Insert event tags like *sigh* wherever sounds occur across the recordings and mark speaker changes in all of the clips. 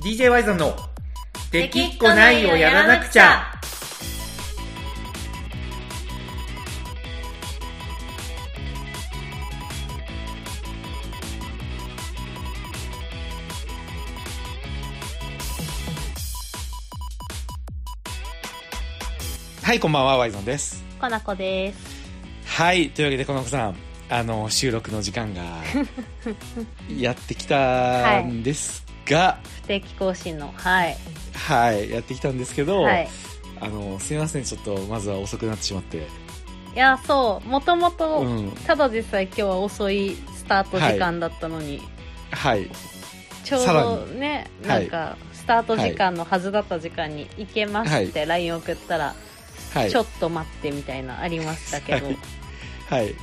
Speaker 1: DJ ワイゾンの「できっこないをやらなくちゃ」はいこんばんはワイゾンです
Speaker 2: かなこです
Speaker 1: はいというわけでこの子さんあの収録の時間がやってきたんですが
Speaker 2: 不定期更新のはい
Speaker 1: はい、やってきたんですけど、
Speaker 2: はい
Speaker 1: あのすいませんちょっとまずは遅くなってしまって
Speaker 2: いやそうもとも
Speaker 1: う
Speaker 2: と
Speaker 1: ん
Speaker 2: ただでさえ今日は遅いスタート時間だったのに、
Speaker 1: はい
Speaker 2: ちょう
Speaker 1: さら
Speaker 2: どね
Speaker 1: は
Speaker 2: ないんかスタート時間のはずだった時間に行けますって LINE 送ったら、
Speaker 1: はい
Speaker 2: ちょっと待ってみたいなありましたけど、
Speaker 1: はいはいい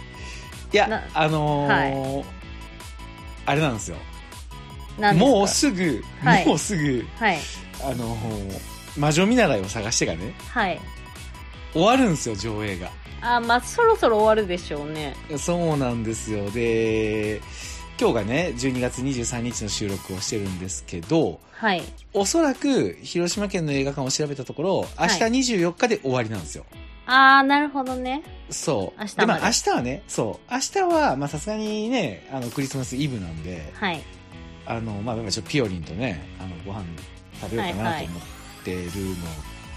Speaker 1: や
Speaker 2: な
Speaker 1: あのーあれなんですよ
Speaker 2: *laughs* なんですか
Speaker 1: もうすぐ、
Speaker 2: はい
Speaker 1: もうすぐ
Speaker 2: はい
Speaker 1: あのー魔女見習いを探してがね
Speaker 2: はい
Speaker 1: 終わるんですよ上映が
Speaker 2: あまあそろそろ終わるでしょうね
Speaker 1: そうなんですよ。で、今日がね、12月23日の収録をしてるんですけど、
Speaker 2: はい
Speaker 1: おそらく広島県の映画館を調べたところ、明日
Speaker 2: はい
Speaker 1: 24日で終わりなんですよ。
Speaker 2: ああなるほどね
Speaker 1: そう。
Speaker 2: 明日
Speaker 1: で、
Speaker 2: まで
Speaker 1: まあ明日はね、そう。明日は、まあさすがにね、あの、クリスマスイブなんで、
Speaker 2: はい
Speaker 1: あの、まあやっぱちょっとピオリンとね、あの、ご飯食べようかなと思ってるの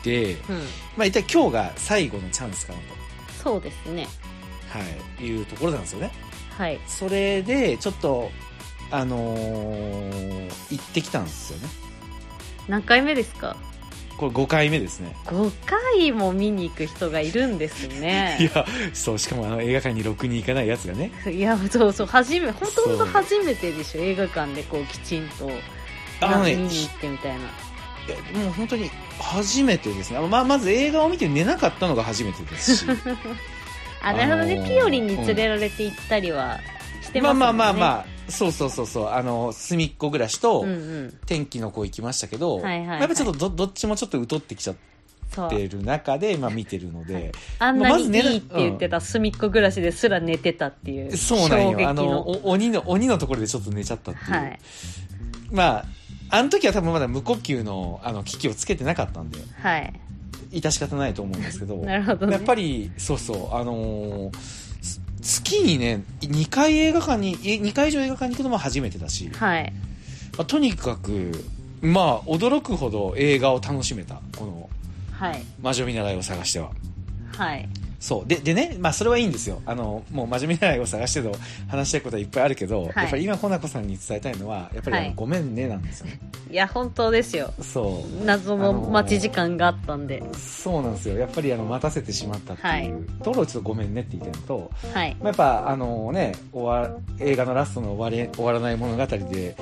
Speaker 1: で、
Speaker 2: うん
Speaker 1: まあ一体今日が最後のチャンスかな
Speaker 2: そうですね
Speaker 1: と、はい、いうところなんですよね。
Speaker 2: はい
Speaker 1: それでちょっとあのー行ってきたんですよね
Speaker 2: 何回目ですか
Speaker 1: これ5回目ですね
Speaker 2: 5回も見に行く人がいるんです
Speaker 1: い
Speaker 2: ね。
Speaker 1: やそうしかもあの映画館にろくに行かないやつがね
Speaker 2: いや、そうそう、初め、本当
Speaker 1: そう
Speaker 2: 本当初めてでしょ、映画館でこうきちんと、
Speaker 1: あのね
Speaker 2: 見に行ってみたいな。
Speaker 1: いやもう本当に初めてですね、まあ、まず映画を見て寝なかったのが初めてですし
Speaker 2: *laughs* あ、なるほど
Speaker 1: あの
Speaker 2: ね、
Speaker 1: ー
Speaker 2: ピオリンに連れられて行ったりはして
Speaker 1: まあ
Speaker 2: ますも
Speaker 1: まあ
Speaker 2: んね。
Speaker 1: まあまあそうそうそうそうあの隅っこ暮らしと、
Speaker 2: うんうん。
Speaker 1: 天気の子行きましたけど、
Speaker 2: はいはいはい
Speaker 1: やっぱちょっとどどっちもちょっと疎ってきちゃっ
Speaker 2: そう。
Speaker 1: てる中で、まあ、見てるので、
Speaker 2: あんな
Speaker 1: ま
Speaker 2: に
Speaker 1: ず
Speaker 2: い
Speaker 1: ね
Speaker 2: いって言ってた隅っこ暮らしですら寝てたっていう。
Speaker 1: そうなん
Speaker 2: 衝
Speaker 1: よ
Speaker 2: 撃
Speaker 1: あのお鬼の鬼のところでちょっと寝ちゃったっていう、
Speaker 2: はい。
Speaker 1: まあ、あの時は多分まだ無呼吸のあの機器をつけてなかったんで、
Speaker 2: はい。
Speaker 1: 致し方ないと思うんですけど、
Speaker 2: *laughs* なるほどね
Speaker 1: やっぱり、そうそう、あのーす月にね、2回映画館に、え2回以上映画館に行くのも初めてだし、
Speaker 2: はい。
Speaker 1: まあ、とにかく、まあ、驚くほど映画を楽しめた、この、
Speaker 2: はい。
Speaker 1: 魔女見習いを探しては。
Speaker 2: はい。
Speaker 1: そう。で、でね、まあ、それはいいんですよ。あの、もう、真面目な愛を探しての話したいことはいっぱいあるけど、
Speaker 2: はい
Speaker 1: やっぱり今、ほなこさんに伝えたいのは、やっぱりあの、
Speaker 2: はい
Speaker 1: ごめんね、なんですよね。
Speaker 2: いや、本当ですよ。
Speaker 1: そう。
Speaker 2: 謎の待ち時間があったんで。
Speaker 1: そうなんですよ。やっぱりあの待たせてしまったっていうところをちょっとごめんねって言いたいのと、
Speaker 2: はい
Speaker 1: ま。あやっぱあのね、終わ映画のラストの終われ終わらない物語で、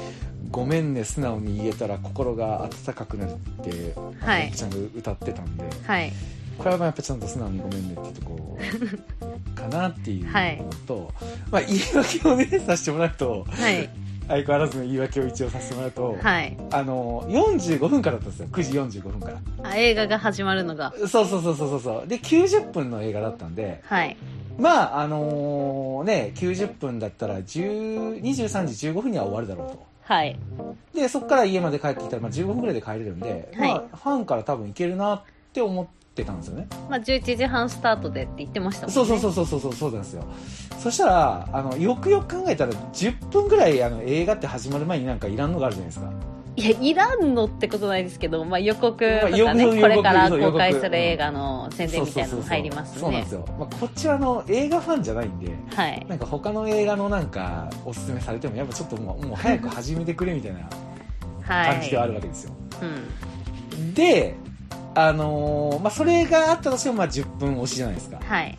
Speaker 1: ごめんね素直に言えたら心が温かくなるって、
Speaker 2: はい
Speaker 1: あのちゃんが歌ってたんで、
Speaker 2: はい。
Speaker 1: これはまあやっぱちゃんと素直にごめんねっていうとこかなっていうのと、まあ言い訳をね、させてもらうと、
Speaker 2: はい。
Speaker 1: 相変わらずの言い訳を一応させてもらうと、
Speaker 2: はい。
Speaker 1: あの、45分からだったんですよ。9時45分から。
Speaker 2: あ映画が始まるのが。
Speaker 1: そうそうそうそうそうそうで90分の映画だったんで
Speaker 2: はい。
Speaker 1: まああのね90分だったら10 23時15分には終わるだろうと
Speaker 2: はい。
Speaker 1: でそこから家まで帰ってきたら、まあ、15分ぐらいで帰れるんで、
Speaker 2: はい
Speaker 1: まあファンから多分いけるなって思ってたんですよね
Speaker 2: まあ、11時半スタートでって言ってましたもんね。
Speaker 1: そうそうそうそうそうそうそうなんですよそしたらあのよくよく考えたら10分ぐらいあの映画って始まる前になんかいらんのがあるじゃないですか
Speaker 2: いや、いらんのってことないですけど、まあ、予告とか
Speaker 1: まあ予告
Speaker 2: ね、これから
Speaker 1: 予告
Speaker 2: 公開する映画の宣伝みたいなの入ります
Speaker 1: そうなん
Speaker 2: ね
Speaker 1: です。よ、まあ、こっちはあの映画ファンじゃないんで
Speaker 2: はい。
Speaker 1: なんか他の映画のなんかおすすめされてもやっぱちょっともうもう早く始めてくれみたいな
Speaker 2: は
Speaker 1: 感じ
Speaker 2: い。
Speaker 1: ではあるわけですよ、
Speaker 2: うん。
Speaker 1: であのーまあ、それがあったとしてもまあ10分押しじゃないですか
Speaker 2: はい。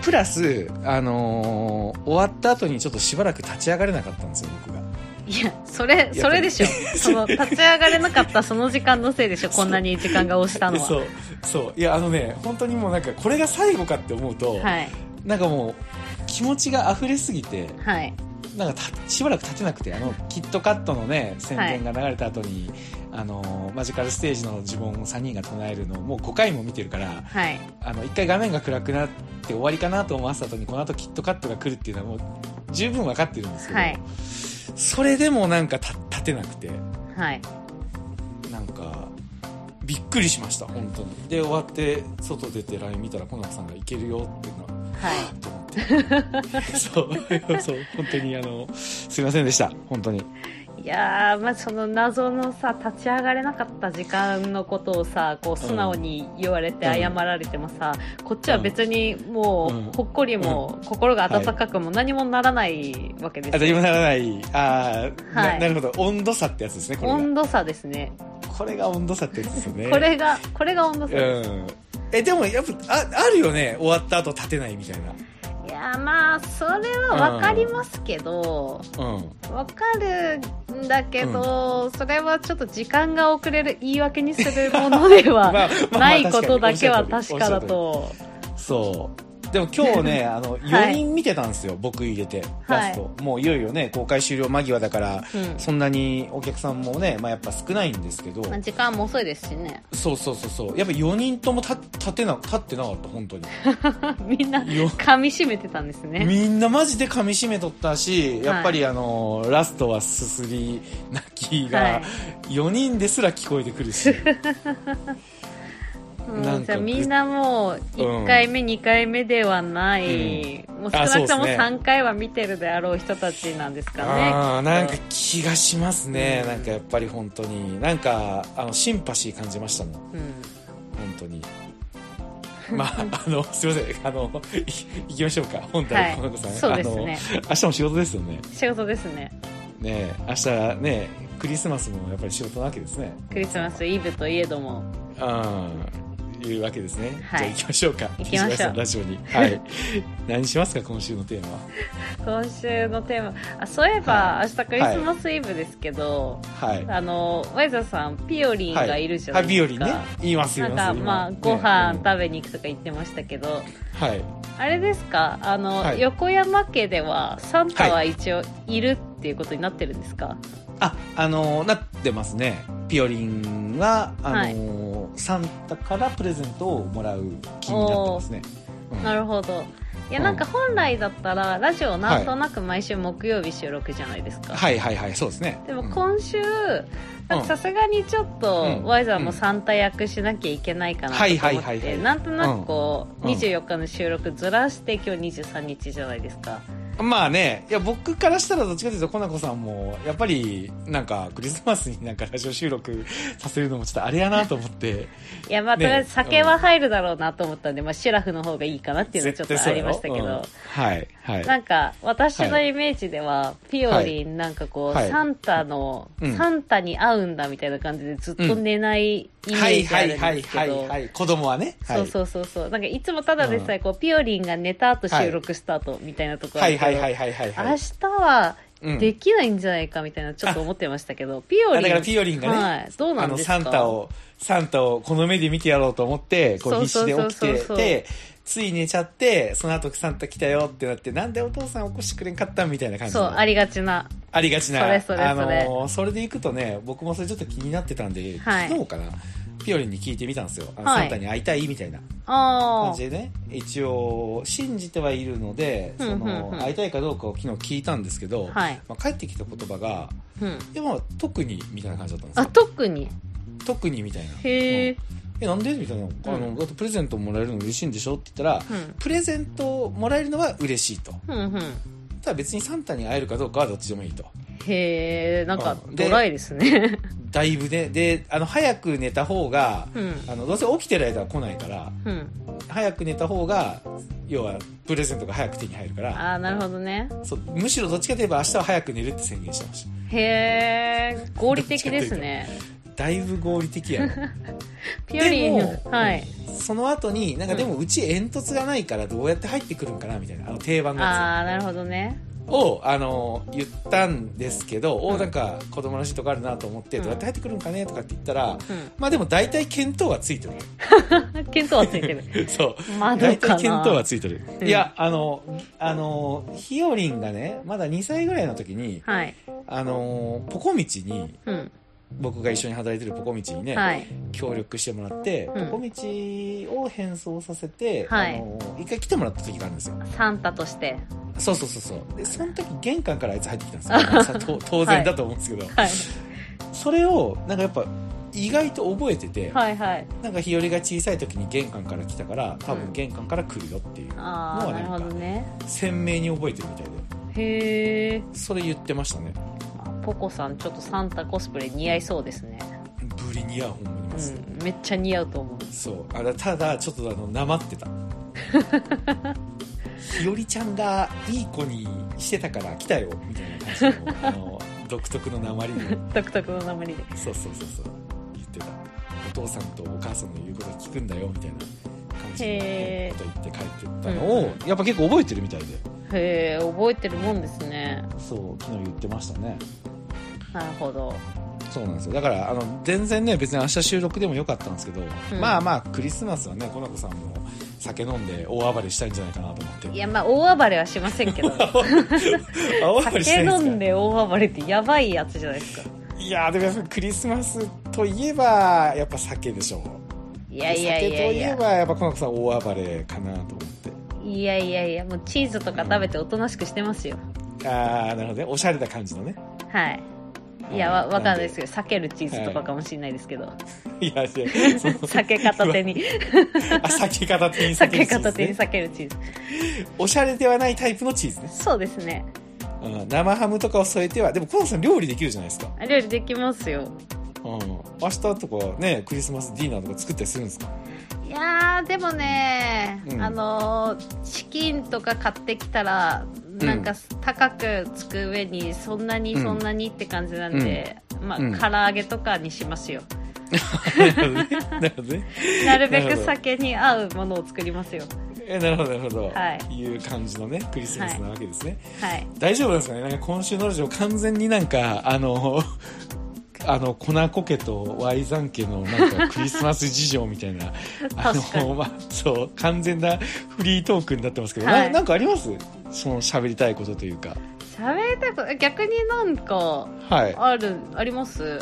Speaker 1: プラス、あのー終わった後にちょっとしばらく立ち上がれなかったんですよ僕が
Speaker 2: いや、それ、それでしょ。その、立ち上がれなかったその時間のせいでしょ、こんなに時間が押したの
Speaker 1: そ
Speaker 2: は。
Speaker 1: うそういやあのね本当にもうなんかこれが最後かって思うと、
Speaker 2: はい。
Speaker 1: なんかもう気持ちが溢れすぎて
Speaker 2: はい。
Speaker 1: なんかたしばらく立てなくてあのキットカットのね宣伝が流れた後に、あのマジカルステージの呪文を3人が唱えるのをもう5回も見てるから
Speaker 2: はい。
Speaker 1: あの1回画面が暗くなって終わりかなと思わせた後にこの後キットカットが来るっていうのはもう十分分かってるんですけど、
Speaker 2: はい。
Speaker 1: それでもなんかた立てなくて
Speaker 2: はい。
Speaker 1: なんかびっくりしました本当にで終わって外出て LINE 見たらコナコさんが「いけるよ」っていうのは
Speaker 2: は
Speaker 1: と思っ
Speaker 2: い
Speaker 1: て *laughs* そうそう本当にあのすいませんでした本当に
Speaker 2: いやー、まあ、その謎のさ立ち上がれなかった時間のことをさこう素直に言われて
Speaker 1: うん
Speaker 2: 謝られてもさ、こっちは別にも
Speaker 1: うん
Speaker 2: うほっこりも、心が温かくも何もならないわけで
Speaker 1: あ
Speaker 2: す
Speaker 1: 何
Speaker 2: よ、
Speaker 1: もならないあー、な
Speaker 2: はい
Speaker 1: なるほど温度差ってやつですねこれが
Speaker 2: 温度差ですね
Speaker 1: これが温度差ってやつですよ *laughs* ね
Speaker 2: これがこれが温度差です、
Speaker 1: うんえでもやっぱああるよね終わった後立てないみたい
Speaker 2: いやーまあそれは分かりますけど、
Speaker 1: なうん
Speaker 2: わかるんだけど、それはちょっと時間が遅れる言い訳にするもので *laughs* は
Speaker 1: あ *laughs* まあ
Speaker 2: ない
Speaker 1: まあ
Speaker 2: ことだけは
Speaker 1: おっし
Speaker 2: 確
Speaker 1: ゃる
Speaker 2: かだ
Speaker 1: 通りおっしゃる通り
Speaker 2: と。
Speaker 1: そうでも今日
Speaker 2: *laughs*
Speaker 1: ねあの4人見てたんですよ、僕入れてラスト、もういよいよね公開終了間際だから
Speaker 2: うん
Speaker 1: そんなにお客さんもね、まあ、やっぱ少ないんですけど、
Speaker 2: まあ時間も遅いですしね。
Speaker 1: そうそうそうそうやっぱ4人とも立立てな立ってなかった本当に
Speaker 2: *laughs* みんな
Speaker 1: よ
Speaker 2: 噛み締めてたんですね。
Speaker 1: みんなマジで噛み締めとったしやっぱりあの、ラストはすすり泣き
Speaker 2: は
Speaker 1: が4人ですら聞こえてくる
Speaker 2: *laughs*
Speaker 1: し、
Speaker 2: うん
Speaker 1: なんか
Speaker 2: じゃあみんなもう1回目、2回目ではない、もう少
Speaker 1: あ
Speaker 2: な
Speaker 1: そうで
Speaker 2: くと
Speaker 1: す
Speaker 2: も
Speaker 1: ね
Speaker 2: 3回は見てるであろう人たちなんですかね。
Speaker 1: ああなんか
Speaker 2: きっ
Speaker 1: 気がしますね、
Speaker 2: うん
Speaker 1: なんかやっぱり本当になんかあのシンパシー感じましたもん
Speaker 2: とうん
Speaker 1: 本当に。まあ、
Speaker 2: *laughs*
Speaker 1: あの、すみません、あの、い行きましょうか、本
Speaker 2: は
Speaker 1: 題、
Speaker 2: い
Speaker 1: この子さん。、
Speaker 2: そうですね。
Speaker 1: あの。明日も仕事ですよね。
Speaker 2: 仕事ですね。
Speaker 1: ねえ明日ね、クリスマスもやっぱり仕事なわけですね。
Speaker 2: クリスマスイブといえども。
Speaker 1: うん、いうわけですね。
Speaker 2: はい
Speaker 1: じゃあ行きましょうか。
Speaker 2: 行きましょう
Speaker 1: 西村さんラジオに。
Speaker 2: *laughs*
Speaker 1: はい。何しますか、今週のテーマは。
Speaker 2: 今週のテーマあそういえば、
Speaker 1: はい
Speaker 2: 明日クリスマスイブですけど、
Speaker 1: はい。
Speaker 2: あのワイザさんピオリンがいるじゃな
Speaker 1: はいい、
Speaker 2: で
Speaker 1: ビオ
Speaker 2: す
Speaker 1: リ
Speaker 2: か、
Speaker 1: ね。言います、言います。
Speaker 2: なんかまあ
Speaker 1: 今
Speaker 2: ご飯
Speaker 1: ね
Speaker 2: 食べに行くとか言ってましたけど、
Speaker 1: うんはい。
Speaker 2: あれですかあの、
Speaker 1: はい
Speaker 2: 横山家ではサンタは一応いるっていうことになってるんですか、
Speaker 1: あ、あのなってますね。ピオリンは、あのサンタからプレゼントをもらう気になってますね。うん
Speaker 2: なるほどいや
Speaker 1: うん
Speaker 2: なんか本来だったらラジオなんとなく毎週木曜日収録じゃないですか、
Speaker 1: はいはいはい、そうですね。
Speaker 2: でも
Speaker 1: うん
Speaker 2: 今週なんかさすがにちょっ
Speaker 1: うん
Speaker 2: と Y さんもサンタ役しなきゃいけないかなと
Speaker 1: はいはい
Speaker 2: 思
Speaker 1: は
Speaker 2: っ
Speaker 1: いはい
Speaker 2: てなんとなくこう
Speaker 1: うん
Speaker 2: 24日の収録ずらして今日23日じゃないですか
Speaker 1: まあね、いや、僕からしたらどっちかというと、コナコさんも、やっぱり、なんか、クリスマスになんかラジオ収録させるのもちょっとあれやなと思
Speaker 2: *laughs*
Speaker 1: って、
Speaker 2: いやまあと
Speaker 1: ね
Speaker 2: りあえず酒は入るだろうなと思ったんでまあシュラフの方がいいかなっていうのはちょっとありましたけ
Speaker 1: うん
Speaker 2: ど
Speaker 1: はい、はい。
Speaker 2: なんか私のイメージではピオリンなんかこ
Speaker 1: はいう
Speaker 2: サンタの
Speaker 1: うん
Speaker 2: サンタに合うんだみたいな感じでずっと寝ないイメ
Speaker 1: は
Speaker 2: ー
Speaker 1: い
Speaker 2: ジあ
Speaker 1: は
Speaker 2: る
Speaker 1: いは
Speaker 2: ん
Speaker 1: い
Speaker 2: です
Speaker 1: は
Speaker 2: け
Speaker 1: い
Speaker 2: ど
Speaker 1: はい。子供はね。はい、
Speaker 2: そうそうそうそうなんかいつもただでさえこう、ピオリンが寝た後収録した後みたいなところあ
Speaker 1: は
Speaker 2: る
Speaker 1: い
Speaker 2: けど、
Speaker 1: はいはいはいはいはい。
Speaker 2: 明日は
Speaker 1: うん
Speaker 2: できないんじゃないかみたいなちょっと思ってましたけど、ピオリ
Speaker 1: だ
Speaker 2: ン
Speaker 1: からピオリンがね、
Speaker 2: はい、どうな
Speaker 1: あ
Speaker 2: ん
Speaker 1: の、
Speaker 2: ですか
Speaker 1: サンタを、サンタをこの目で見てやろうと思って、こ
Speaker 2: そうう
Speaker 1: 必
Speaker 2: そ
Speaker 1: 死
Speaker 2: う
Speaker 1: で
Speaker 2: そう
Speaker 1: 起きて
Speaker 2: そう
Speaker 1: て、つい寝ちゃって、その後サンタ来たよってなって、なんでお父さん起こしてくれんかったんみたいな感じで
Speaker 2: そうありがちな
Speaker 1: ありがちな。
Speaker 2: それそれそれ
Speaker 1: あのーそれでいくとね、僕もそれちょっと気になってたんで、
Speaker 2: はい
Speaker 1: 昨日かな、ピオリンに聞いてみたんですよ。あの
Speaker 2: はい
Speaker 1: サンタに会いたいみたいな
Speaker 2: あ
Speaker 1: 感じでね、一応、信じてはいるので、
Speaker 2: うん
Speaker 1: その、
Speaker 2: うんうん
Speaker 1: 会いたいかどうかを昨日聞いたんですけど、
Speaker 2: はい
Speaker 1: まあ、帰ってきた言葉が、
Speaker 2: あ、うん、
Speaker 1: いやまあ、特にみたいな感じだったんです
Speaker 2: あ
Speaker 1: よ。
Speaker 2: 特に
Speaker 1: 特にみたいな。
Speaker 2: へ
Speaker 1: うん、
Speaker 2: え
Speaker 1: え、なんでみたいな。あの、
Speaker 2: うん
Speaker 1: だってプレゼントもらえるの嬉しいんでしょって言ったら、
Speaker 2: うん
Speaker 1: プレゼントをもらえるのは嬉しいと。
Speaker 2: うんうん、へ
Speaker 1: ただ別にサンタに会えるかどうかはどっちでもいいと。
Speaker 2: えなんか
Speaker 1: うんで
Speaker 2: ドライですね *laughs*
Speaker 1: だいぶねであの早く寝た方が、
Speaker 2: うん
Speaker 1: あのどうせ起きてる間は来ないから
Speaker 2: うん
Speaker 1: 早く寝た方が要はプレゼントが早く手に入るから
Speaker 2: ああなるほどね
Speaker 1: そうむしろどっちかといえば明日は早く寝るって宣言してまし
Speaker 2: へえ合理的ですね
Speaker 1: ただいぶ合理的や
Speaker 2: *laughs*
Speaker 1: な
Speaker 2: ピオリン
Speaker 1: でも
Speaker 2: はい
Speaker 1: その後になんかでもうち煙突がないからどうやって入ってくるんかなみたいなあの定番のや
Speaker 2: ああなるほどね
Speaker 1: つをあの言ったんですけど、
Speaker 2: う
Speaker 1: お
Speaker 2: ん
Speaker 1: なんか子供らしいとこあるなと思って、
Speaker 2: うん
Speaker 1: どうやって入ってくるんかねとかって言ったら、
Speaker 2: うん
Speaker 1: まあでも大体見当はついて
Speaker 2: *laughs* 見当はついてる
Speaker 1: る *laughs* そう
Speaker 2: 窓
Speaker 1: 大
Speaker 2: か
Speaker 1: 体
Speaker 2: な
Speaker 1: 見当はついてる、
Speaker 2: うん
Speaker 1: いやあのあのひよりんがねまだ2歳ぐらいの時に
Speaker 2: はい
Speaker 1: あのポコ道に
Speaker 2: うん
Speaker 1: 僕が一緒に働いてるポコ道にね、
Speaker 2: はい
Speaker 1: 協力してもらって、
Speaker 2: うん
Speaker 1: ポコ道を変装させて、
Speaker 2: はい
Speaker 1: あの一回来てもらった時があるんですよ
Speaker 2: サンタとして
Speaker 1: そうそうそうそうでその時玄関
Speaker 2: *laughs*
Speaker 1: からあいつ入ってきたんですよさと当然だと思うんですけど、
Speaker 2: はい
Speaker 1: それをなんかやっぱ意外と覚えてて、
Speaker 2: はいはい。
Speaker 1: なんか日和が小さい時に玄関から来たから多分玄関から来るよっていうの
Speaker 2: ああ、
Speaker 1: は
Speaker 2: なる
Speaker 1: な
Speaker 2: ほど
Speaker 1: んか
Speaker 2: ね。
Speaker 1: 鮮明に覚えてるみたいで
Speaker 2: へえ。
Speaker 1: それ言ってましたね
Speaker 2: あポコさん、ちょっとサンタコスプレ似合いそうですね。
Speaker 1: ブリニアホンもいます、
Speaker 2: うん、めっちゃ似合うと思う。
Speaker 1: そうあれただちょっとあのなまって
Speaker 2: *laughs*
Speaker 1: た日和ちゃんがいい子にしてたから来たよみたいな感じのあの独特のなまりの
Speaker 2: 独特の鉛で。
Speaker 1: そうそうそうそう言ってたお父さんとお母さんの言うこと聞くんだよみたいな感じ
Speaker 2: へー
Speaker 1: のこと言って帰ってったのを、やっぱ結構覚えてるみたいで
Speaker 2: へえ、覚えてるもんですね。
Speaker 1: そう昨日言ってましたね
Speaker 2: なるほど。
Speaker 1: そうなんですよだからあの全然ね別に明日収録でもよかったんですけど、
Speaker 2: うん
Speaker 1: まあまあクリスマスはねコナコさんも酒飲んで大暴れしたいんじゃないかなと思って
Speaker 2: いや、まあ、大暴れはしませんけど。
Speaker 1: *laughs* 大暴れし
Speaker 2: 酒
Speaker 1: たいんで
Speaker 2: 飲
Speaker 1: すか
Speaker 2: んで大暴れってやばいやつじゃないですか。
Speaker 1: いやでもやっぱクリスマスといえばやっぱ酒でしょ
Speaker 2: いやいやいやい
Speaker 1: 酒
Speaker 2: や
Speaker 1: といえ。ばやっぱコナコさん大暴れかなと思って
Speaker 2: いやいやいや、もうチーズとか食べておとなしくしてますよ。
Speaker 1: ああなるほどねおしゃれな感じのね
Speaker 2: はい。いや、
Speaker 1: は
Speaker 2: わ、わかんないです
Speaker 1: よ
Speaker 2: けど、避けるチーズとかかもしれないですけ *laughs* ど。
Speaker 1: *laughs* いやいやその
Speaker 2: 避け片手 *laughs* に、
Speaker 1: あ酒片手に
Speaker 2: 避
Speaker 1: 酒
Speaker 2: け
Speaker 1: にチー
Speaker 2: 片
Speaker 1: ズ
Speaker 2: 手に
Speaker 1: ね
Speaker 2: 避けるチーズ。
Speaker 1: おしゃれではないタイプのチーズね
Speaker 2: そうですね。
Speaker 1: うん生ハムとかを添えてはでもコナコさん料理できるじゃないですか
Speaker 2: 料理できますよ。
Speaker 1: うん明日とかねクリスマスディナーとか作ったりするんです
Speaker 2: *laughs*
Speaker 1: か *laughs*
Speaker 2: いやー、でもね、
Speaker 1: うん
Speaker 2: あのー、チキンとか買ってきたら、なんか高くつく上に、そんなに
Speaker 1: うん
Speaker 2: そんなにって感じなんで、まあ、
Speaker 1: うん
Speaker 2: 唐揚げとかにしますよ。
Speaker 1: なるほどねなるほどね
Speaker 2: なるべ
Speaker 1: なるほ
Speaker 2: く
Speaker 1: ど
Speaker 2: 酒に合うものを作りますよ。
Speaker 1: えなるほどなるほど、、
Speaker 2: はい
Speaker 1: う感じのねクリスマスなわけですね、
Speaker 2: はい。
Speaker 1: 大丈夫なんですかねなんか今週のラジオ完全になんかあ
Speaker 2: *laughs*
Speaker 1: のあの粉コケと Y 山家のなんかクリスマス事情みたいなあ
Speaker 2: *laughs* 確かに
Speaker 1: の、まあ、そう完全なフリートークになってますけど、
Speaker 2: はい
Speaker 1: ななんかありますその喋りたいことというか
Speaker 2: 喋りたいこと、逆になんか、
Speaker 1: はい
Speaker 2: あるあります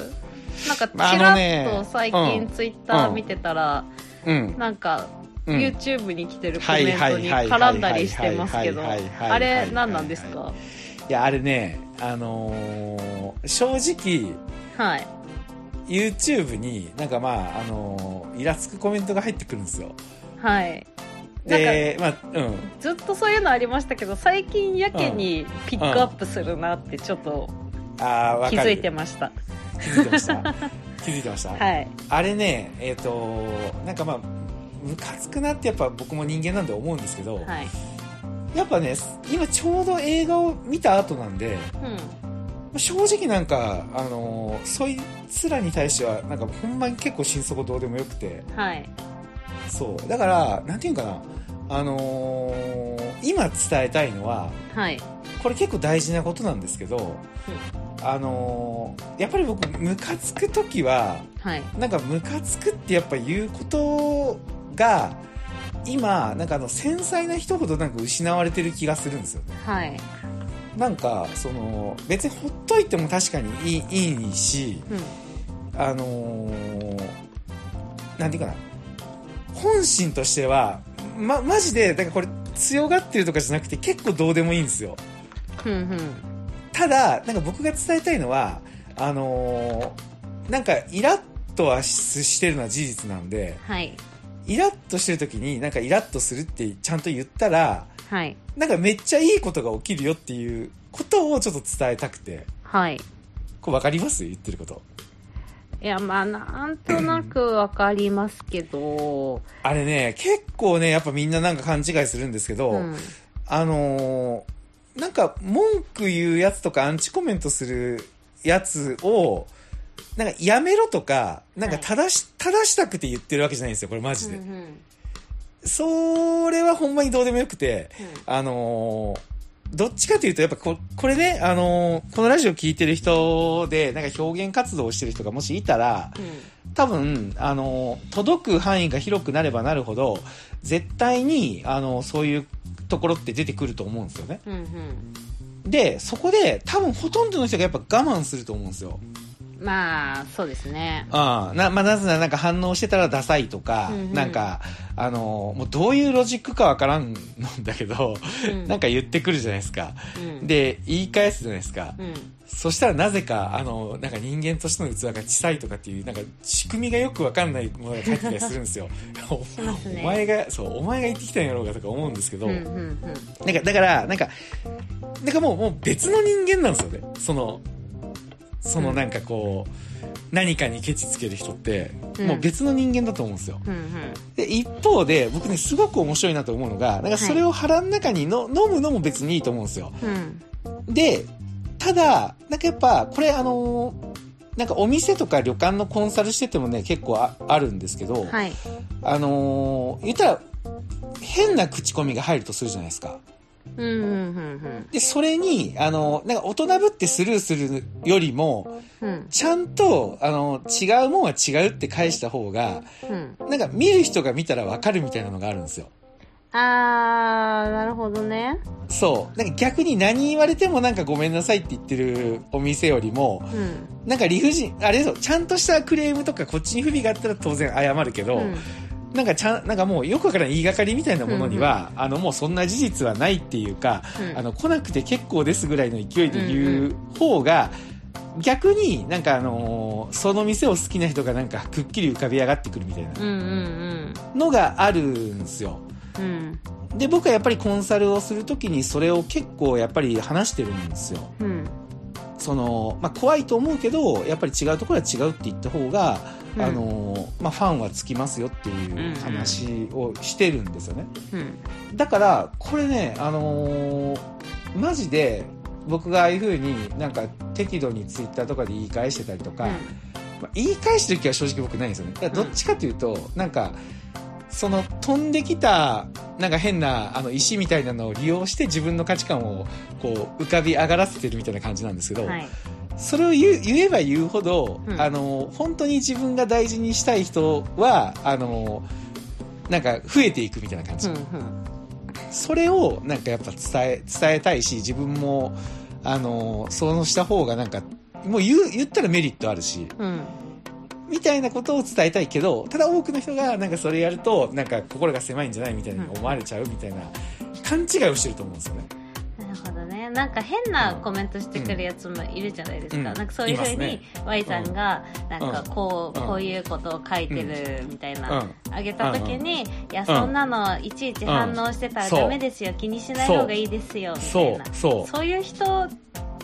Speaker 2: なんかち
Speaker 1: まああ
Speaker 2: ら
Speaker 1: のね
Speaker 2: っと最
Speaker 1: う
Speaker 2: 近
Speaker 1: ん
Speaker 2: ツイッター見てたら、
Speaker 1: うん
Speaker 2: なんか
Speaker 1: うん
Speaker 2: YouTube に来てるコ
Speaker 1: は
Speaker 2: メ
Speaker 1: い
Speaker 2: ントに絡んだりしてますけど
Speaker 1: はいはいはいはい
Speaker 2: あれ何なんですか
Speaker 1: いやあれねあのー正直
Speaker 2: はい
Speaker 1: YouTube になんかまあ、あのーイラつくコメントが入ってくるんですよ
Speaker 2: はいなんか
Speaker 1: でまあうん
Speaker 2: ずっとそういうのありましたけど最近やけにピックアップするなってちょっと
Speaker 1: あーわ
Speaker 2: 気
Speaker 1: かる
Speaker 2: づいてました
Speaker 1: 気づいてました気づいてました、
Speaker 2: *laughs* はい
Speaker 1: あれねえっ、となんかまあムカつくなってやっぱ僕も人間なんで思うんですけど、
Speaker 2: はい
Speaker 1: やっぱね今ちょうど映画を見た後なんで
Speaker 2: うん
Speaker 1: 正直なんかあのーそいつらに対してはなんかほんまに結構心底どうでもよくて
Speaker 2: はい
Speaker 1: そうだからなんていうんかなあのー今伝えたいのは
Speaker 2: はい
Speaker 1: これ結構大事なことなんですけど、あのーやっぱり僕ムカつく時は
Speaker 2: はい
Speaker 1: なんかムカつくってやっぱ言うことが今なんかあの繊細な人ほどなんか失われてる気がするんですよね
Speaker 2: はい
Speaker 1: なんかその別にほっといても確かにいいいいし
Speaker 2: うん
Speaker 1: あのーなんていうかな本心としてはまマジでだからこれ強がってるとかじゃなくて結構どうでもいいんですよ
Speaker 2: ふんふん
Speaker 1: ただなんか僕が伝えたいのはあのーなんかイラッとはししてるのは事実なんで
Speaker 2: はい
Speaker 1: イラッとしてる時になんかイラッとするってちゃんと言ったら
Speaker 2: はい
Speaker 1: なんかめっちゃいいことが起きるよっていうことをちょっと伝えたくて
Speaker 2: はい
Speaker 1: これ分かります言ってること
Speaker 2: いや、まあ、なんとなくわかりますけど、
Speaker 1: あれね結構ねやっぱみんななんか勘違いするんですけど、
Speaker 2: うん、
Speaker 1: あのーなんか文句言うやつとかアンチコメントするやつをなんかやめろとかなんか正し,、正したくて言ってるわけじゃないんですよこれマジで、
Speaker 2: うんうん
Speaker 1: それはほんまにどうでもよくてあのーどっちかというと、やっぱこ、これね、あのーこのラジオ聞いてる人で、なんか表現活動をしてる人がもしいたら、多分、あのー届く範囲が広くなればなるほど、絶対に、あのーそういうところって出てくると思うんですよね。
Speaker 2: うんうんうん
Speaker 1: で、そこで、多分ほとんどの人がやっぱ我慢すると思うんですよ。
Speaker 2: まあ、そうですね。
Speaker 1: うん。な、まあ、なぜならなんか反応してたらダサいとか、
Speaker 2: うんうん
Speaker 1: なんか、あのーもうどういうロジックかわからんのだけど、
Speaker 2: うん
Speaker 1: なんか言ってくるじゃないですか。
Speaker 2: うん、
Speaker 1: で、言い返すじゃないですか。
Speaker 2: うん。
Speaker 1: そしたらなぜか、あの、なんか人間としての器が小さいとかっていう、なんか仕組みがよくわかんないものが返ってきたりするんですよ。
Speaker 2: しますね
Speaker 1: お前が、そう、お前が言ってきたんやろうかとか思うんですけど、
Speaker 2: うん、うん、うん。
Speaker 1: なんか、だから、なんか、なんかもう、もう別の人間なんですよね。その、そうの
Speaker 2: ん
Speaker 1: なんかこう、何かにケチつける人って、
Speaker 2: うん
Speaker 1: もう別の人間だと思うんですよ。
Speaker 2: うん、うん。
Speaker 1: で、一方で、僕ね、すごく面白いなと思うのが、なんかそれを腹の中にの、飲むのも別にいいと思うんですよ。
Speaker 2: うん。
Speaker 1: で、ただ、なんかやっぱ、これあのーなんかお店とか旅館のコンサルしててもね、結構ああるんですけど、
Speaker 2: はい。
Speaker 1: あのー言ったら、変な口コミが入るとするじゃないですか。
Speaker 2: うん、うん、うん、
Speaker 1: で、それに、あの、なんか大人ぶってスルーするよりも、
Speaker 2: うん。うん、
Speaker 1: ちゃんと、あの、違うもんは違うって返した方が、
Speaker 2: うん。
Speaker 1: なんか見る人が見たらわかるみたいなのがあるんですよ。
Speaker 2: あー、なるほどね。
Speaker 1: そう。なんか逆に何言われてもなんかごめんなさいって言ってるお店よりも、
Speaker 2: うん。
Speaker 1: なんか理不尽、あれそう、ちゃんとしたクレームとかこっちに不備があったら当然謝るけど、
Speaker 2: うん。
Speaker 1: なんかちゃん、なんかもうよくわからない言いがかりみたいなものには、あのもうそんな事実はないっていうか、
Speaker 2: うん
Speaker 1: あの来なくて結構ですぐらいの勢いで言う方が、逆になんかあのーその店を好きな人がなんかくっきり浮かび上がってくるみたいな
Speaker 2: うん、うん、
Speaker 1: のがあるんですよ。
Speaker 2: うん。うん。
Speaker 1: で、僕はやっぱりコンサルをするときにそれを結構やっぱり話してるんですよ。
Speaker 2: うん。
Speaker 1: その、まあ、怖いと思うけど、やっぱり違うところは違うって言った方が、
Speaker 2: うん
Speaker 1: あのーまあ、ファンはつきますよっていう話をしてるんですよね。
Speaker 2: うん。
Speaker 1: だから、これね、あのーマジで、僕がああいう風になんか適度にツイッターとかで言い返してたりとか、まあ言い返してる気は正直僕ないんですよね。だからどっちかというと、なんか、その飛んできた、なんか変な、あの石みたいなのを利用して自分の価値観をこう浮かび上がらせてるみたいな感じなんですけ
Speaker 2: う
Speaker 1: ど、
Speaker 2: ん。はい。
Speaker 1: それを言う言えば言うほど、
Speaker 2: うん
Speaker 1: あの本当に自分が大事にしたい人はあのなんか増えていくみたいな感
Speaker 2: う
Speaker 1: じ、
Speaker 2: ん、うん。
Speaker 1: それをなんかやっぱ伝え伝えたいし自分もあのそうした方がなんかもう言う言ったらメリットあるし
Speaker 2: うん。
Speaker 1: みたいなことを伝えたいけどただ多くの人がなんかそれやるとなんか心が狭いんじゃないみたいに思われちゃうみたいな勘違いをしてると思うんですよね。
Speaker 2: なるほどね。なんか変なコメントしてくるやつもいるじゃないですか。
Speaker 1: うん
Speaker 2: なんかそういうふう
Speaker 1: います
Speaker 2: に
Speaker 1: ね
Speaker 2: Y さんが、なんかこう、
Speaker 1: うん
Speaker 2: こういうことを書いてるみたいな、
Speaker 1: うん
Speaker 2: あげた時に、いや、そんなのいちいち反応してたら
Speaker 1: そう
Speaker 2: ダメですよ、気にしない方がいいですよ、みた
Speaker 1: そ
Speaker 2: いうな。
Speaker 1: そ
Speaker 2: そういう人、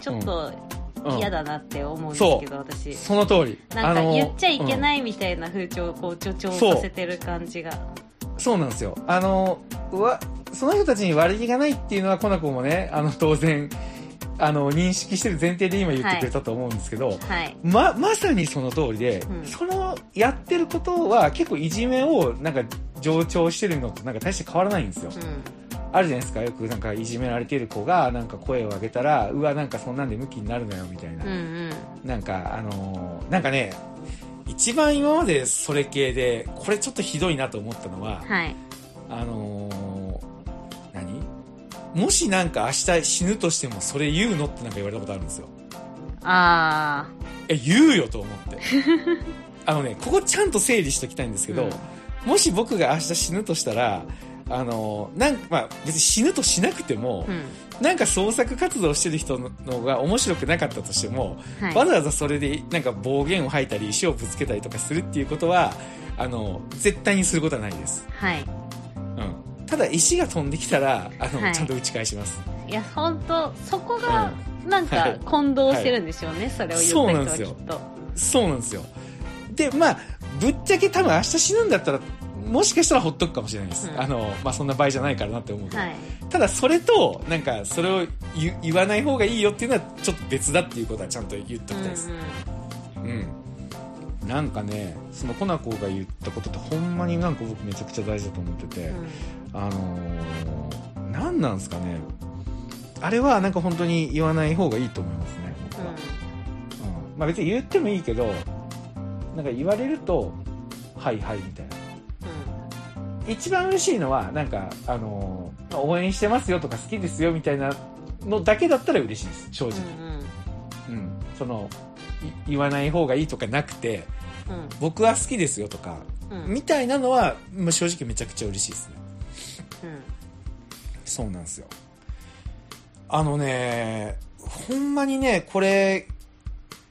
Speaker 2: ちょっと
Speaker 1: う、うん
Speaker 2: 嫌だなって思うんですけど、私。
Speaker 1: その通り
Speaker 2: なんか言っちゃいけ
Speaker 1: い
Speaker 2: ないみたいな風潮をこう助長
Speaker 1: そう
Speaker 2: させてる感じが。
Speaker 1: そうなんですよ。あの、うわ、その人たちに悪気がないっていうのはコナコもね、あの、当然、あの、認識してる前提で今言ってくれたと思うんですけど、
Speaker 2: はい。
Speaker 1: ま、まさにその通りで、
Speaker 2: うん
Speaker 1: その、やってることは結構いじめを、なんか、上長してるのとなんか大して変わらないんですよ。
Speaker 2: う
Speaker 1: あるじゃないですか。よくなんかいじめられてる子が、なんか声を上げたら、うわ、なんかそんなんでムキになるなよ、みたいな。
Speaker 2: ん。うん
Speaker 1: なんか、あのーなんかね、一番今までそれ系で、これちょっとひどいなと思ったのは、
Speaker 2: うん。はい。
Speaker 1: あのー何もしなんか明日死ぬとしてもそれ言うのってなんか言われたことあるんですよ。
Speaker 2: あ
Speaker 1: え、言うよと思
Speaker 2: *laughs*
Speaker 1: って。あのね、ここちゃんと整理しておきたいんですけど、もし僕が明日死ぬとしたら、あのーなんまあ別に死ぬとしなくても
Speaker 2: ー。う、ん。
Speaker 1: なんか創作活動してる人ののが面白くなかったとしても、
Speaker 2: はい。
Speaker 1: わざわざそれでなんか暴言を吐いたり石をぶつけたりとかするっていうことは、あの、絶対にすることはないです。
Speaker 2: はい。
Speaker 1: うん、ただ石が飛んできたらあの、
Speaker 2: はい
Speaker 1: ちゃんと打ち返します
Speaker 2: いや本当そこが
Speaker 1: う
Speaker 2: なん
Speaker 1: は
Speaker 2: か
Speaker 1: い
Speaker 2: 混同してるんでしょうね、それを
Speaker 1: そうな
Speaker 2: 言
Speaker 1: んで
Speaker 2: った
Speaker 1: す
Speaker 2: 人
Speaker 1: よ
Speaker 2: はきっと
Speaker 1: そうなんですよでまあぶっちゃけ多分明日死ぬんだったらもしかしたらほっとくかもしれないです、
Speaker 2: うん
Speaker 1: あのまあそんな場合じゃないからなって思うけど、
Speaker 2: はい
Speaker 1: ただそれとなんかそれを言言わない方がいいよっていうのはちょっと別だっていうことはちゃんと言っときたいですうん、なんかねそのコナコが言ったことってほんまになんか僕めちゃくちゃ大事だと思ってて、
Speaker 2: うんうん
Speaker 1: あのー、何なんですかねあれはなんか本当に言わない方がいいと思いますね僕は、うんまあ、別に言ってもいいけどなんか言われるとはいはいみたいな一番嬉しいのはなんか、あのーまあ応援してますよとか好きですよみたいなのだけだったら嬉しいです正直、
Speaker 2: うんうんうん
Speaker 1: うんその言わない方がいいとかなくて、
Speaker 2: うん
Speaker 1: 僕は好きですよとか、
Speaker 2: うん
Speaker 1: みたいなのは、まあ、正直めちゃくちゃ嬉しいですね。そうなんですよ。あのね、ほんまにね、これ、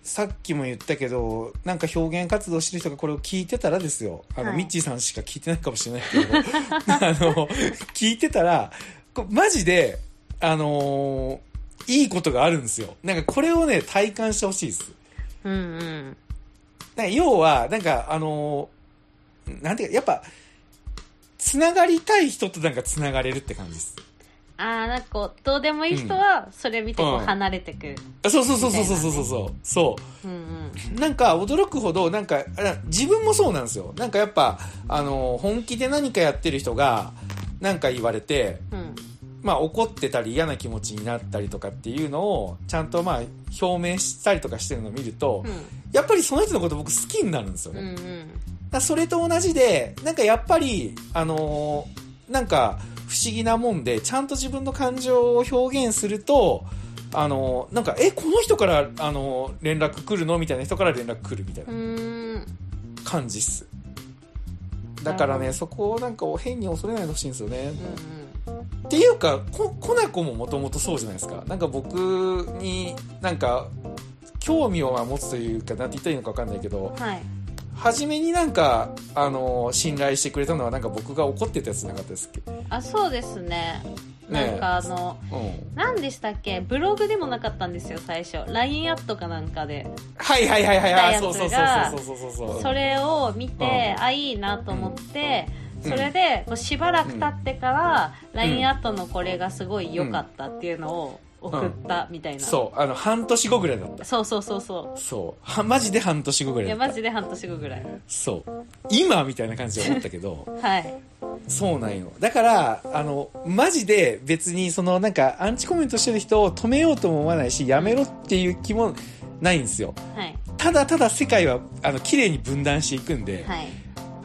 Speaker 1: さっきも言ったけど、なんか表現活動してる人がこれを聞いてたらですよ。あの、
Speaker 2: はい
Speaker 1: ミッチーさんしか聞いてないかもしれないけど、 *laughs* あの、聞いてたら、こうマジで、あのーいいことがあるんですよ。なんかこれをね、体感してほしいです。
Speaker 2: うんうん
Speaker 1: なんか要は、なんかあのーなんていうか、やっぱ、つながりたい人となんかつながれるって感じです。
Speaker 2: ああなんかこうどうでもいい人はそれ見てこう
Speaker 1: うん
Speaker 2: 離れてく
Speaker 1: あそうそうそうそうそうそうそうそう。そう。
Speaker 2: うんうん
Speaker 1: なんか驚くほどなんかあ自分もそうなんですよなんかやっぱあの本気で何かやってる人がなんか言われて、
Speaker 2: うん
Speaker 1: まあ、怒ってたり嫌な気持ちになったりとかっていうのをちゃんとまあ表明したりとかしてるのを見ると、やっぱりその人のこと僕好きになるんですよ
Speaker 2: うんう
Speaker 1: ね、だか
Speaker 2: んうん
Speaker 1: らそれと同じでなんかやっぱりあのなんか不思議なもんでちゃんと自分の感情を表現するとあのなんかえこの人からあの連絡来るのみたいな人から連絡来るみたいな
Speaker 2: うーん
Speaker 1: 感じっすだから
Speaker 2: なる
Speaker 1: ねそこをなんか変に恐れないでほしいんですよね、
Speaker 2: うん
Speaker 1: っていうかこコナコももともとそうじゃないですかなんか僕になんか興味を持つというかなんて言ったらいいのか分かんないけど
Speaker 2: うんはい
Speaker 1: 初めになんかあの信頼してくれたのはなんか僕が怒ってたやつじゃなかったですっけ、うん、
Speaker 2: あそうですね
Speaker 1: ねえ
Speaker 2: なんかあの何でしたっけブログでもなかったんですよ最初 LINE アットかなんかで
Speaker 1: はいはいはいはいはい
Speaker 2: ダイアン
Speaker 1: そうそう
Speaker 2: プ
Speaker 1: そう
Speaker 2: が
Speaker 1: そうそうそうそう
Speaker 2: それを見て、
Speaker 1: うん
Speaker 2: あいいなと思って、
Speaker 1: うん
Speaker 2: それでこうしばらく経ってから、LINE アットのこれがすごい良かったっていうのを送ったみたいな、
Speaker 1: そうあの半年後ぐらいだった
Speaker 2: そうそうそうそ
Speaker 1: そうはマジで半年後ぐ
Speaker 2: う
Speaker 1: ら
Speaker 2: い
Speaker 1: いだ
Speaker 2: や
Speaker 1: った
Speaker 2: マジで半年後ぐらい
Speaker 1: そう今みたいな感じで思ったけど
Speaker 2: はい
Speaker 1: そうなんよ。だから、あの、マジで別に、その、なんか、アンチコメントしてる人を止めようとも思わないし、やめろっていう気もないんですよ。
Speaker 2: はい
Speaker 1: ただただ世界は、あの、綺麗に分断していくんで、
Speaker 2: はい、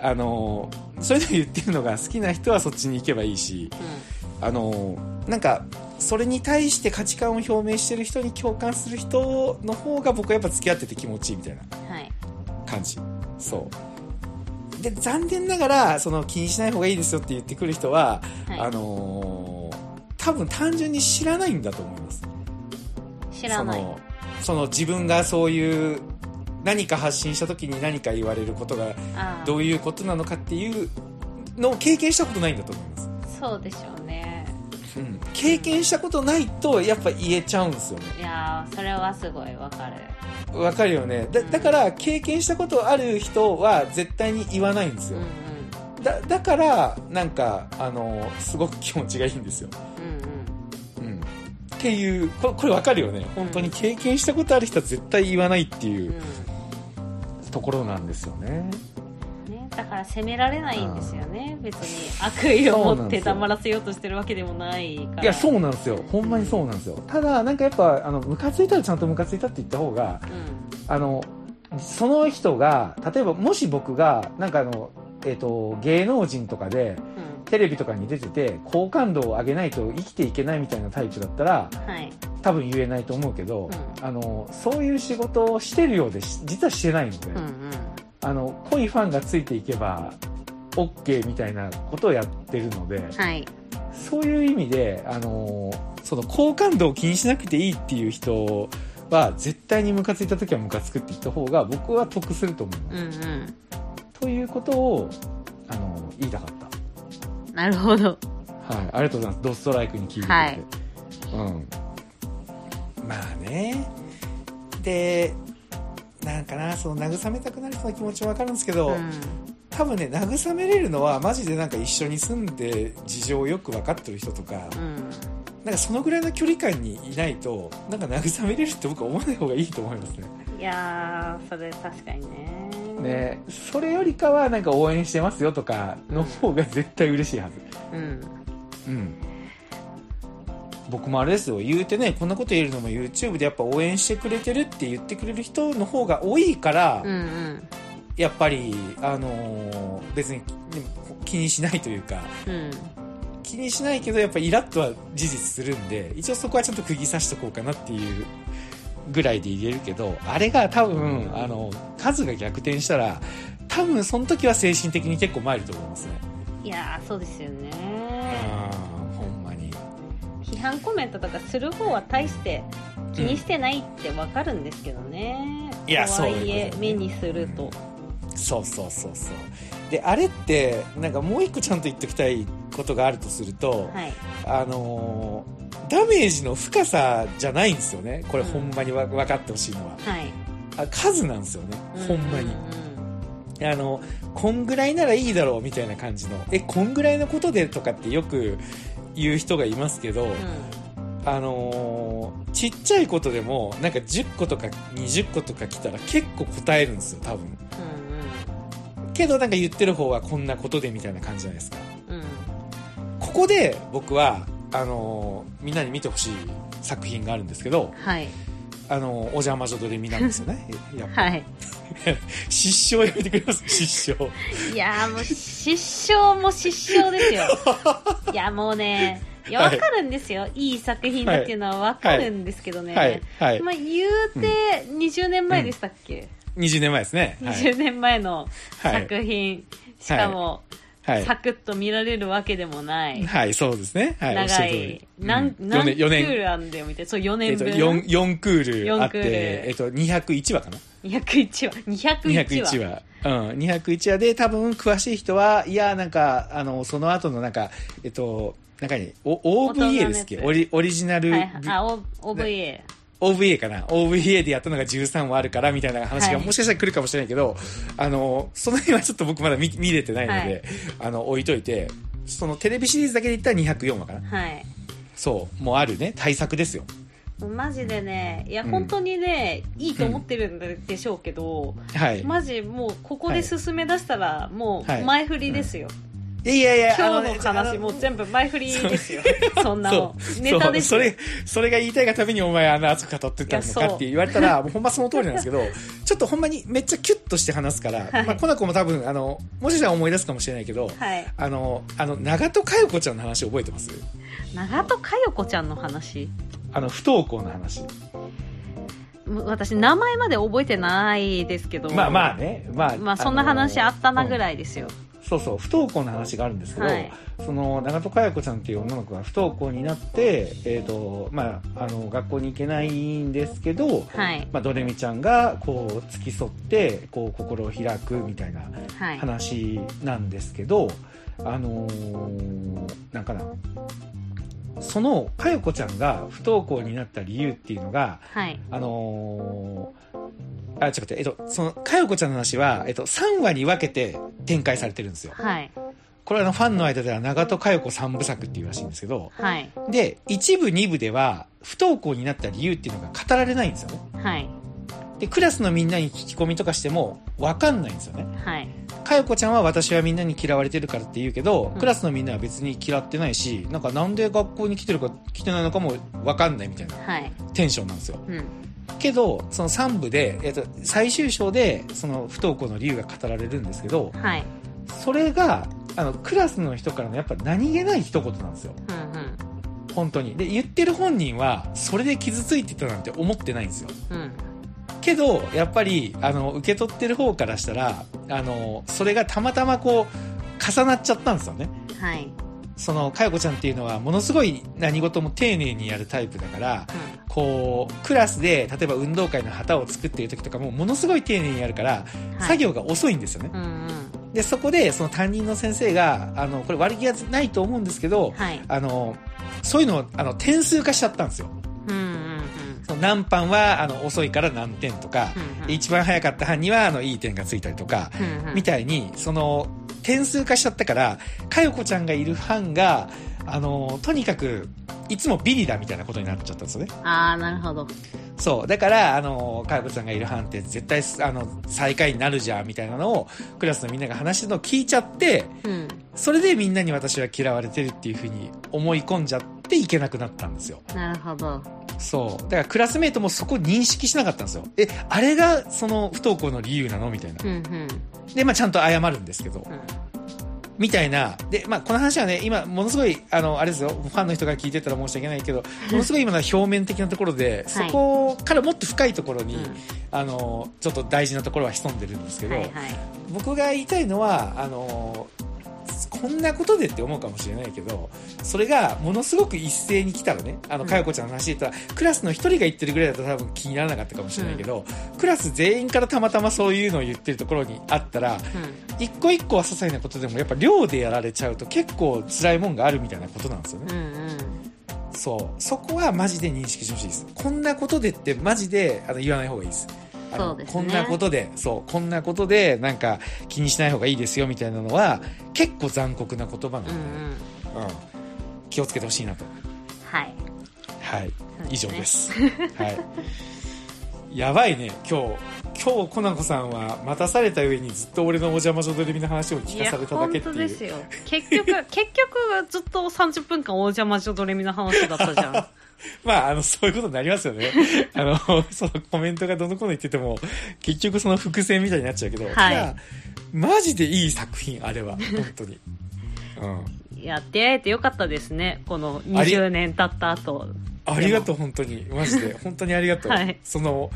Speaker 1: あの、そういうの言ってるのが好きな人はそっちに行けばいいし、あの、なんか、それに対して価値観を表明してる人に共感する人の方が僕はやっぱ付き合ってて気持ちいいみたいな。
Speaker 2: うん、はい
Speaker 1: 感じそうで残念ながらその気にしない方がいいですよって言ってくる人は、
Speaker 2: はい
Speaker 1: あのー多分単純に知らないんだと思います
Speaker 2: 知らない
Speaker 1: そのその自分がそういう何か発信した時に何か言われることが
Speaker 2: ああ
Speaker 1: どういうことなのかっていうのを経験したことないんだと思います、
Speaker 2: そうでしょうね
Speaker 1: うん、経験したことないとやっぱ言えちゃうんですよね
Speaker 2: いやーそれはすごいわかる
Speaker 1: わかるよねだだから経験したことある人は絶対に言わないんです
Speaker 2: うん
Speaker 1: よ、
Speaker 2: うん
Speaker 1: だだからなんかあのすごく気持ちがいいんですよ、
Speaker 2: うんうん
Speaker 1: うん、っていうここれわかるよね本当に経験したことある人は絶対言わないっていううところなんですよね、
Speaker 2: んね、だから責められないんですよね別に悪意を持って黙らせようとしてるわけでもないから
Speaker 1: いやそうなんですよほんまにそうなんですよただなんかやっぱあのムカついたらちゃんとムカついたって言った方が
Speaker 2: うん
Speaker 1: あのその人が例えばもし僕がなんかあのえっ、と芸能人とかで
Speaker 2: う
Speaker 1: テレビとかに出てて好感度を上げないと生きていけないみたいなタイプだったら
Speaker 2: んはい
Speaker 1: 多分言えないと思うけど、
Speaker 2: うん
Speaker 1: あのそういう仕事をしてるようでし実はしてないので、
Speaker 2: うんうん
Speaker 1: あの濃いファンがついていけば OK みたいなことをやってるので
Speaker 2: はい
Speaker 1: そういう意味であのその好感度を気にしなくていいっていう人は絶対にムカついた時はムカつくって言った方が僕は得すると思いま
Speaker 2: う
Speaker 1: す。
Speaker 2: んうん
Speaker 1: ということをあの言いたかった。
Speaker 2: なるほど
Speaker 1: はい、ありがとうございます。ドストライクに聞いてくれて。
Speaker 2: はい
Speaker 1: うん。まあね。で、なんかな、その慰めたくなる人の気持ちもわかるんですけど、
Speaker 2: うん
Speaker 1: 多分ね、慰めれるのは、マジでなんか一緒に住んで事情をよく分かってる人とか、
Speaker 2: うん
Speaker 1: なんかそのぐらいの距離感にいないと、なんか慰めれるって僕は思わない方がいいと思いますね。
Speaker 2: いやーそれ確かにね
Speaker 1: ねそれよりかは、なんか応援してますよとかの方が絶対嬉しいはず。
Speaker 2: うん
Speaker 1: うん、僕もあれですよ言うてねこんなこと言えるのも YouTube でやっぱ応援してくれてるって言ってくれる人の方が多いから、
Speaker 2: うんうん
Speaker 1: やっぱり、あのー別にでも気にしないというか
Speaker 2: うん
Speaker 1: 気にしないけどやっぱイラッとは事実するんで一応そこはちゃんと釘刺しとこうかなっていうぐらいで入れるけど、あれが多分、あの、数が逆転したら、多分その時は精神的に結構参ると思いますね。
Speaker 2: いやーそうですよね
Speaker 1: うん、ほんまに。
Speaker 2: 批判コメントとかする方は大して気にしてないってわかるんですけどね、
Speaker 1: いや
Speaker 2: とはい
Speaker 1: そういう
Speaker 2: え
Speaker 1: ことね
Speaker 2: 目にすると、
Speaker 1: そうそうそうそう。で、あれって、なんかもう一個ちゃんと言っときたいことがあるとすると、
Speaker 2: はい
Speaker 1: あのーダメージの深さじゃないんですよね。これほんまにわ分かってほしいのは。
Speaker 2: はい
Speaker 1: あ数なんですよね。ほんまに
Speaker 2: う。ん
Speaker 1: あの、こんぐらいならいいだろうみたいな感じの、え、こんぐらいのことでとかってよく言う人がいますけど、
Speaker 2: うん
Speaker 1: あのーちっちゃいことでも、なんか10個とか20個とか来たら結構答えるんですよ、多分。けどなんか言ってる方はこんなことでみたいな感じじゃないですか。
Speaker 2: うんうんうん
Speaker 1: ここで僕は、あのーみんなに見てほしい作品があるんですけど、
Speaker 2: はい
Speaker 1: あのーお邪魔女ドレミなんですよ
Speaker 2: *laughs*
Speaker 1: ね。やっぱ、
Speaker 2: はい
Speaker 1: 失笑やめてくれます失笑。
Speaker 2: いやーもう失笑も失笑ですよいやもうねいやわかるんですよ、い、い作品だっていうのはわかるんですけどね、
Speaker 1: はい、はい。
Speaker 2: まあ、言うて20年前でしたっけ、
Speaker 1: 20年前ですね。はい
Speaker 2: 20年前の
Speaker 1: はい。
Speaker 2: 作品、しかも、
Speaker 1: はい。
Speaker 2: サクッと見られるわけでもない、
Speaker 1: はい、そうですね。はい。おっしゃ
Speaker 2: 長
Speaker 1: る通
Speaker 2: い
Speaker 1: り、
Speaker 2: 何、
Speaker 1: うん
Speaker 2: 何ク
Speaker 1: 四年
Speaker 2: ールあんだよみたいな、そう、4
Speaker 1: えっ
Speaker 2: 年
Speaker 1: と、
Speaker 2: 分、
Speaker 1: 4、四クールあっ
Speaker 2: 四クール
Speaker 1: て、えっと、201話かな
Speaker 2: 201話、201
Speaker 1: ?201
Speaker 2: 話。
Speaker 1: 話。うん、201話で、多分、詳しい人は、いや、なんか、あの、その後の、なんか、えっと、なんかに、お、
Speaker 2: 大人のや
Speaker 1: OVA
Speaker 2: つ
Speaker 1: ですっけオリオリジナル、
Speaker 2: はい、あ、お OVA。
Speaker 1: OVA かな ?OVA でやったのが13話あるから、みたいな話が、
Speaker 2: はい
Speaker 1: もしかしたら来るかもしれないけど、あの、その辺はちょっと僕まだ見見れてないので、
Speaker 2: はい
Speaker 1: あの、置いといて、そのテレビシリーズだけで言ったら204話かな
Speaker 2: はい。
Speaker 1: そう、もうあるね、対策ですよ。
Speaker 2: マジでね、いや、
Speaker 1: うん
Speaker 2: 本当にね、いいと思ってるんでしょうけど、
Speaker 1: はい。
Speaker 2: マジもう、ここで進め出したら、も、
Speaker 1: はいう
Speaker 2: 前振りですよ。
Speaker 1: いやいやいや、
Speaker 2: 今
Speaker 1: あ
Speaker 2: 日
Speaker 1: ね
Speaker 2: の話、もう全部前振りですよ。 *laughs* そんな
Speaker 1: そ
Speaker 2: の
Speaker 1: う。
Speaker 2: ネタです
Speaker 1: そうそ
Speaker 2: よ。
Speaker 1: れ、それが言いたいがためにお前あの熱く語ってたの
Speaker 2: いや
Speaker 1: か
Speaker 2: そう
Speaker 1: って言われたら、もうほんまその通りなんですけど、ちょっとほんまにめっちゃキュッとして話すから、
Speaker 2: はい
Speaker 1: まあ、この子も多分、あの、もしかしたら思い出すかもしれないけど、
Speaker 2: はい。
Speaker 1: あの、あの、長戸佳代子ちゃんの話覚えてます
Speaker 2: 長戸佳代子ちゃんの話
Speaker 1: あの、不登校の話。
Speaker 2: む私名前まで覚えてないですけど
Speaker 1: まあまあね、まあ。
Speaker 2: まあそんな話あったなぐ
Speaker 1: い。
Speaker 2: らいですよ、
Speaker 1: そうそう、不登校の話があるんですけど、
Speaker 2: はい
Speaker 1: その、長戸佳代子ちゃんっていう女の子が不登校になって、えっ、と、まあ、あの、学校に行けないんですけど、
Speaker 2: はい
Speaker 1: まあ、ドレミちゃんが、こう、付き添って、こう、心を開くみたいな
Speaker 2: はい
Speaker 1: 話なんですけど、あのーなんかな、その、佳代子ちゃんが不登校になった理由っていうのが、
Speaker 2: はい
Speaker 1: あのーあ、ちょっと待って、えっと、その、かよこちゃんの話は、えっと、3話に分けて展開されてるんですよ。
Speaker 2: はい
Speaker 1: これはあの、ファンの間では長戸かよこ3部作っていうらしいんですけど、
Speaker 2: はい
Speaker 1: で、1部2部では、不登校になった理由っていうのが語られないんですよね。
Speaker 2: はい
Speaker 1: で、クラスのみんなに聞き込みとかしても、わかんないんですよね。
Speaker 2: はい
Speaker 1: かよこちゃんは私はみんなに嫌われてるからって言うけど
Speaker 2: う、ん
Speaker 1: クラスのみんなは別に嫌ってないし、なんかなんで学校に来てるか来てないのかもわかんないみたいな
Speaker 2: はい
Speaker 1: テンションなんですよ。
Speaker 2: うん
Speaker 1: けどその3部で、えっと最終章でその不登校の理由が語られるんですけど
Speaker 2: はい
Speaker 1: それがあのクラスの人からのやっぱ何気ない一言なんですよ
Speaker 2: うんうん
Speaker 1: 本当にで言ってる本人はそれで傷ついてたなんて思ってないんですよ
Speaker 2: うん
Speaker 1: けどやっぱりあの受け取ってる方からしたらあのそれがたまたまこう重なっちゃったんですよね
Speaker 2: はい
Speaker 1: その佳代子ちゃんっていうのはものすごい何事も丁寧にやるタイプだからこうクラスで例えば運動会の旗を作っている時とかもものすごい丁寧にやるから
Speaker 2: うんはい
Speaker 1: 作業が遅いんですよね。
Speaker 2: うんうん
Speaker 1: で、そこで、その担任の先生が、あの、これ悪気がないと思うんですけど、
Speaker 2: はい
Speaker 1: あの、そういうのを、あの、点数化しちゃったんですよ。
Speaker 2: うんうんうん
Speaker 1: その何班は、あの、遅いから何点とか、
Speaker 2: うんうん
Speaker 1: 一番早かった班には、あの、いい点がついたりとか、
Speaker 2: うんうん
Speaker 1: みたいに、その、点数化しちゃったから、かよこちゃんがいる班が、あの、とにかく、いつもビリだみたいなことになっちゃったんですよね。
Speaker 2: ああなるほど
Speaker 1: そう。だから、あの、かよこちゃんがいる班って絶対、あの、最下位になるじゃん、みたいなのを、クラスのみんなが話してるのを聞いちゃって、
Speaker 2: うん
Speaker 1: それでみんなに私は嫌われてるっていうふうに思い込んじゃっていけなくなったんですよ。
Speaker 2: なるほど
Speaker 1: そう。だからクラスメイトもそこ認識しなかったんですよ。え、あれがその不登校の理由なのみたいな
Speaker 2: う。んうん
Speaker 1: で、まあちゃんと謝るんですけど
Speaker 2: う。ん
Speaker 1: みたいな。で、まあ、この話はね、今、ものすごい、あの、あれですよ、ファンの人が聞いてたら申し訳ないけど、ものすごい今のは表面的なところで、そ
Speaker 2: はい
Speaker 1: こからもっと深いところに、
Speaker 2: うん
Speaker 1: あの、ちょっと大事なところは潜んでるんですけど、
Speaker 2: はいはい。
Speaker 1: 僕が言いたいのは、あの、こんなことでって思うかもしれないけど、それがものすごく一斉に来たらね、あの、
Speaker 2: うん
Speaker 1: かよこちゃんの話で言ったら、クラスの一人が言ってるぐらいだと多分気にならなかったかもしれないけど、クラス全員からたまたまそういうのを言ってるところにあったら、
Speaker 2: う
Speaker 1: 一個一個は些細なことでもやっぱ量でやられちゃうと結構辛いもんがあるみたいなことなんですよね
Speaker 2: ん。うんうん。
Speaker 1: そう。そこはマジで認識してほしいです。こんなことでってマジであの言わない方がいいです。あの
Speaker 2: そうですね
Speaker 1: こんなことで、そう、こんなことでなんか気にしない方がいいですよみたいなのは結構残酷な言葉な
Speaker 2: うん
Speaker 1: ので、
Speaker 2: うん。
Speaker 1: うん気をつけてほしいなと。
Speaker 2: はい。
Speaker 1: はい。
Speaker 2: そう
Speaker 1: 以
Speaker 2: です
Speaker 1: 上
Speaker 2: ね
Speaker 1: です。はい。や *laughs* ばいね、今日。今日、コナコさんは待たされた上にずっと俺のお邪魔女ドレミの話を聞かされただけっていう。
Speaker 2: 本当ですよ。結局、 *laughs* 結局ずっと30分間お邪魔女ドレミの話だったじゃん。
Speaker 1: *laughs* まあ、あの、そういうことになります
Speaker 2: *laughs*
Speaker 1: よね。あの、そのコメントがどのこうの言ってても、結局その伏線みたいになっちゃうけど、
Speaker 2: い
Speaker 1: ただマジでいい作品、あれは、本当に。うん。
Speaker 2: いや、出会えてよかったですね。この
Speaker 1: あり
Speaker 2: 20年経った後。
Speaker 1: ありがとう、本当に。マジで。本当にありがとう。
Speaker 2: はい
Speaker 1: その、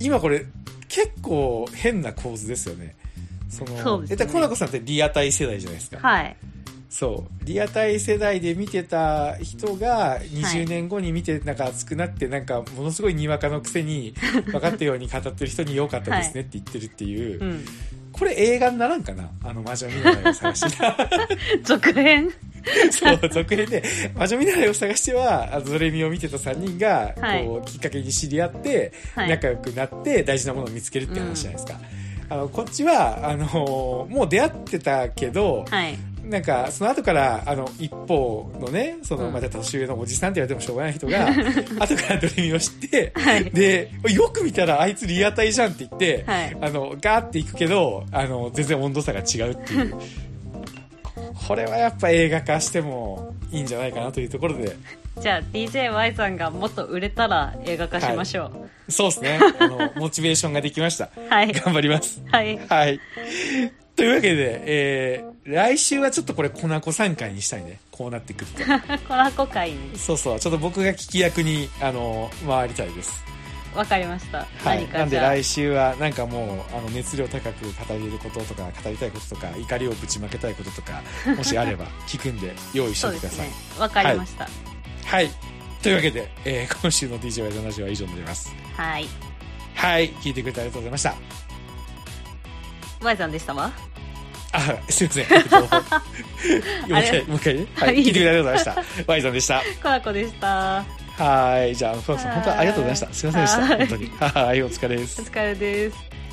Speaker 1: 今これ、結構変な構図ですよね。その、
Speaker 2: そうですね
Speaker 1: えっと、コナコさんってリアタイ世代じゃないですか。
Speaker 2: はい。
Speaker 1: そうリアタイ世代で見てた人が20年後に見てなんか熱くなってなんかものすごいにわかのくせ
Speaker 2: *laughs*
Speaker 1: に分かったように語ってる人に良かったですねって言ってるっていう、
Speaker 2: うん。
Speaker 1: これ映画にならんかなあの魔女見習いを探して
Speaker 2: *laughs* 続編
Speaker 1: そう続編で魔女見習いを探してはあのドレミを見てた3人がこう、
Speaker 2: はい
Speaker 1: きっかけに知り合って
Speaker 2: はい
Speaker 1: 仲良くなって大事なものを見つけるって話じゃないですか、あのこっちはあのもう出会ってたけど、
Speaker 2: はい。
Speaker 1: なんか、その後から、あの、一方のね、その、
Speaker 2: うん
Speaker 1: また年上のおじさんって言われてもしょうがない人が、
Speaker 2: *laughs*
Speaker 1: 後からドレミを知って、
Speaker 2: はい
Speaker 1: で、よく見たらあいつリアタイじゃんって言って、
Speaker 2: はい
Speaker 1: あの、ガーっていくけど、あの、全然温度差が違うっていう。これはやっぱ映画化してもいいんじゃないかなというところで、
Speaker 2: じゃあ DJY さんがもっと売れたら映画化しましょう。
Speaker 1: そうですね、あの、モチベーションができました。
Speaker 2: はい。
Speaker 1: 頑張ります。
Speaker 2: はい。
Speaker 1: はい。というわけで、えー、来週はちょっとこれ、粉子参回にしたいね。こうなってくると。
Speaker 2: コラコ会に。
Speaker 1: そうそう、ちょっと僕が聞き役に、あの、回りたいです。
Speaker 2: わかりました。
Speaker 1: はい。
Speaker 2: 何
Speaker 1: な
Speaker 2: か
Speaker 1: んで
Speaker 2: じゃあ
Speaker 1: 来週は、なんかもう、あの、熱量高く語れることとか、語りたいこととか、怒りをぶちまけたいことと
Speaker 2: *laughs*
Speaker 1: か、もしあれば、聞くんで、用意して
Speaker 2: そ
Speaker 1: おいうて
Speaker 2: で
Speaker 1: くだ
Speaker 2: す
Speaker 1: さい。
Speaker 2: ね。わかりました。
Speaker 1: はい。というわけで、えー今週の DJ ワイドラジオは以上になります。
Speaker 2: はい。
Speaker 1: はい。聞いてくれてありがとうございました。
Speaker 2: Y さんでしたわ。
Speaker 1: あ、すいま
Speaker 2: *laughs*
Speaker 1: せん。えっともう一
Speaker 2: あれ
Speaker 1: 回、もう一回ね。はい。
Speaker 2: い
Speaker 1: 聞いて
Speaker 2: いね
Speaker 1: くれてありがとうございま
Speaker 2: *laughs*
Speaker 1: した。ワイさんでした。
Speaker 2: コラコでした。
Speaker 1: はい。じゃあ、ファンさん、本当ありがとうございました。すいませんでした。
Speaker 2: はい
Speaker 1: 本当に。はい。お疲れです
Speaker 2: お。疲れです。